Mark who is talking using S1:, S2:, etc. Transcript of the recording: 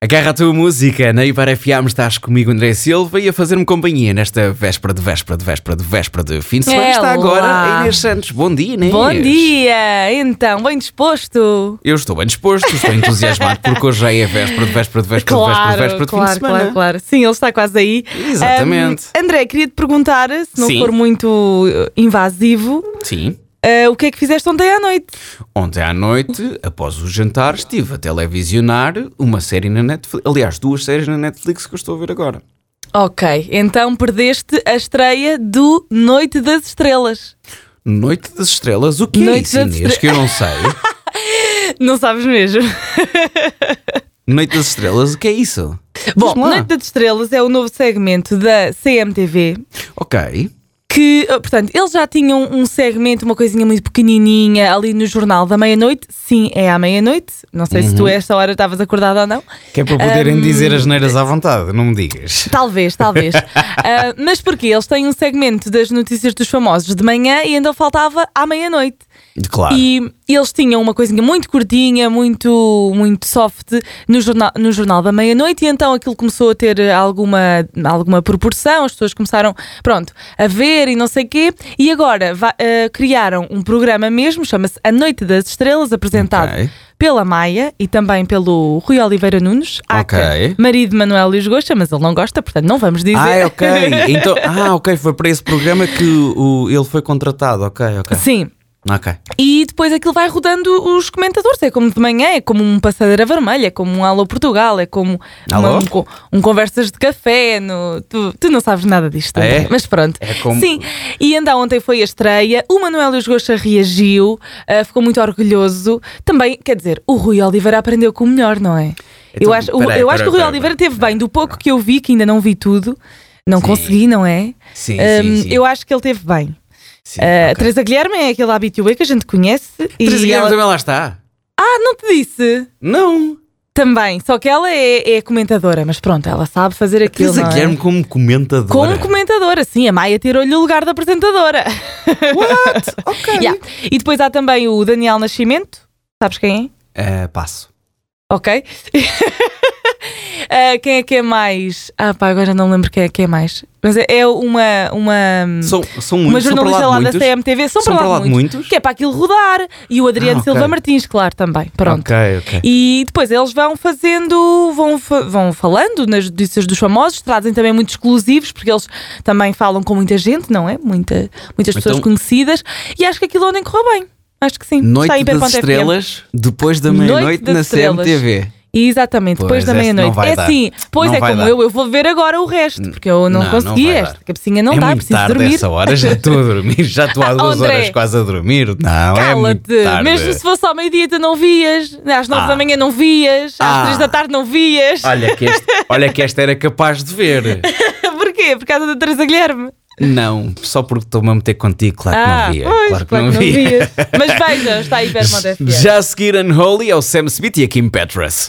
S1: Agarra a tua música, na Ibar FM estás comigo André Silva e a fazer-me companhia nesta véspera de véspera de véspera de véspera de fim de semana está
S2: Olá.
S1: agora a Inês Santos. Bom dia Inês.
S2: Bom dia! Então, bem disposto?
S1: Eu estou bem disposto, estou entusiasmado porque hoje já é véspera de véspera de véspera de véspera de véspera de fim de
S2: claro,
S1: semana.
S2: claro, claro. Sim, ele está quase aí.
S1: Exatamente.
S2: Ahm, André, queria te perguntar, se não
S1: Sim.
S2: for muito eh, invasivo,
S1: Sim.
S2: eh, o que é que fizeste ontem à noite?
S1: Ontem à noite, após o jantar, estive a televisionar uma série na Netflix. Aliás, duas séries na Netflix que eu estou a ver agora.
S2: Ok, então perdeste a estreia do Noite das Estrelas.
S1: Noite das Estrelas, o que é
S2: Noite
S1: isso,
S2: das
S1: Inês?
S2: Estre-
S1: Que eu não sei.
S2: Não sabes mesmo?
S1: Noite das Estrelas, o que é isso?
S2: Bom,
S1: Diz-me lá.
S2: Noite das Estrelas é o novo segmento da CMTV
S1: Ok.
S2: que, eh, portanto, eles já tinham um segmento, uma coisinha muito pequenininha ali no jornal da meia-noite. Sim, é à meia-noite. Não sei se tu a esta hora estavas acordado ou não.
S1: Que é para poderem dizer as neiras à vontade, não me digas.
S2: Talvez, talvez. Ah, mas porque eles têm um segmento das notícias dos famosos de manhã e ainda faltava à meia-noite.
S1: Claro.
S2: E eles tinham uma coisinha muito curtinha, muito, muito soft no jornal, no jornal da meia-noite, e então aquilo começou a ter alguma, alguma proporção, as pessoas começaram pronto, a ver e não sei quê. E agora va- eh, criaram um programa mesmo, chama-se A Noite das Estrelas, apresentado
S1: Ok.
S2: pela Maia e também pelo Rui Oliveira Nunes, aka
S1: Ok.
S2: marido de Manuel Luís Gosta, mas ele não gosta, portanto não vamos dizer.
S1: Ah, ok. Então, ah, ok. Foi para esse programa que o, ele foi contratado. Ok, ok.
S2: Sim.
S1: Ok.
S2: E depois aquilo vai rodando os comentadores. É como de manhã, é como um passadeira vermelha, é como um Alô Portugal, é como
S1: Alô?
S2: um, co- um conversas de café. No, tu, tu não sabes nada disto,
S1: É?
S2: André, mas pronto.
S1: É como-
S2: Sim, e então ontem foi a estreia. O Manuel Luís Gosta reagiu, ah, ficou muito orgulhoso. Também, quer dizer, o Rui Oliveira aprendeu com o melhor, não é?
S1: Então,
S2: eu acho, o-
S1: peraí,
S2: eu
S1: peraí,
S2: acho que o Rui
S1: peraí,
S2: Oliveira
S1: peraí, Ah.
S2: teve bem, do pouco que eu vi, que ainda não vi tudo. Não consegui, não é?
S1: Sim,
S2: Ahm, Eu acho que ele teve bem.
S1: sim,
S2: A
S1: ok.
S2: Teresa Guilherme é aquele habitué que a gente conhece. e
S1: Teresa Guilherme
S2: ela-
S1: também lá está.
S2: Ah, não te disse?
S1: Não.
S2: Também, só que ela é, é comentadora, mas pronto, ela sabe fazer aquilo.
S1: Teresa
S2: não é?
S1: Guilherme como comentadora.
S2: Como comentadora, sim, a Maia tirou-lhe o lugar da apresentadora.
S1: What? Ok.
S2: Yeah. E depois há também o Daniel Nascimento, sabes quem
S1: Eh, passo.
S2: é? Ok. Ah, quem é que é mais? Ah, pá, agora não me lembro quem é que é mais. Mas é, é uma. uma...
S1: São, são
S2: Uma
S1: muitos. são para
S2: jornalista lá
S1: muitos.
S2: da CMTV, são,
S1: São para lá de
S2: muito,
S1: muitos?
S2: Que é para aquilo rodar. E o Adriano
S1: Ah, ok.
S2: Silva Martins, claro, também. Pronto.
S1: Ok, ok.
S2: E depois eles vão fazendo, vão, fa- vão falando nas notícias dos famosos, trazem também muitos exclusivos, porque eles também falam com muita gente, não é? Muita, muitas pessoas
S1: Então-
S2: conhecidas. E acho que aquilo ontem correu bem. Acho que sim. Está
S1: Noite
S2: em
S1: das
S2: hiper.fm.
S1: Estrelas, depois da
S2: é Noite
S1: meia-noite
S2: das
S1: na
S2: Estrelas.
S1: CMTV.
S2: Exatamente,
S1: Pois,
S2: depois da
S1: este não
S2: meia-noite.
S1: vai
S2: É
S1: dar.
S2: assim, pois
S1: Não
S2: é
S1: vai
S2: como
S1: dar.
S2: eu, eu vou ver agora o resto, porque eu não
S1: Não, não
S2: consegui
S1: vai
S2: esta.
S1: dar.
S2: Cabecinha não
S1: é
S2: dá,
S1: muito
S2: preciso
S1: tarde
S2: dormir.
S1: essa hora, já estou a dormir, já estou há duas
S2: André.
S1: horas quase a dormir. Não, é muito
S2: Cala-te!
S1: tarde.
S2: Mesmo se fosse ao meio-dia, tu não vias. Às nove
S1: Ah.
S2: da manhã não vias. Às
S1: Ah.
S2: três da tarde não vias.
S1: Olha que, este, olha que esta era capaz de ver.
S2: Porquê? Por causa da Teresa Guilherme.
S1: Não, só porque estou-me a meter contigo, claro Ah, que não via.
S2: Ah, pois,
S1: claro que não via.
S2: vias. Mas veja, está aí perto da
S1: Já a seguir Unholy é o Sam Smith e a Kim Petras.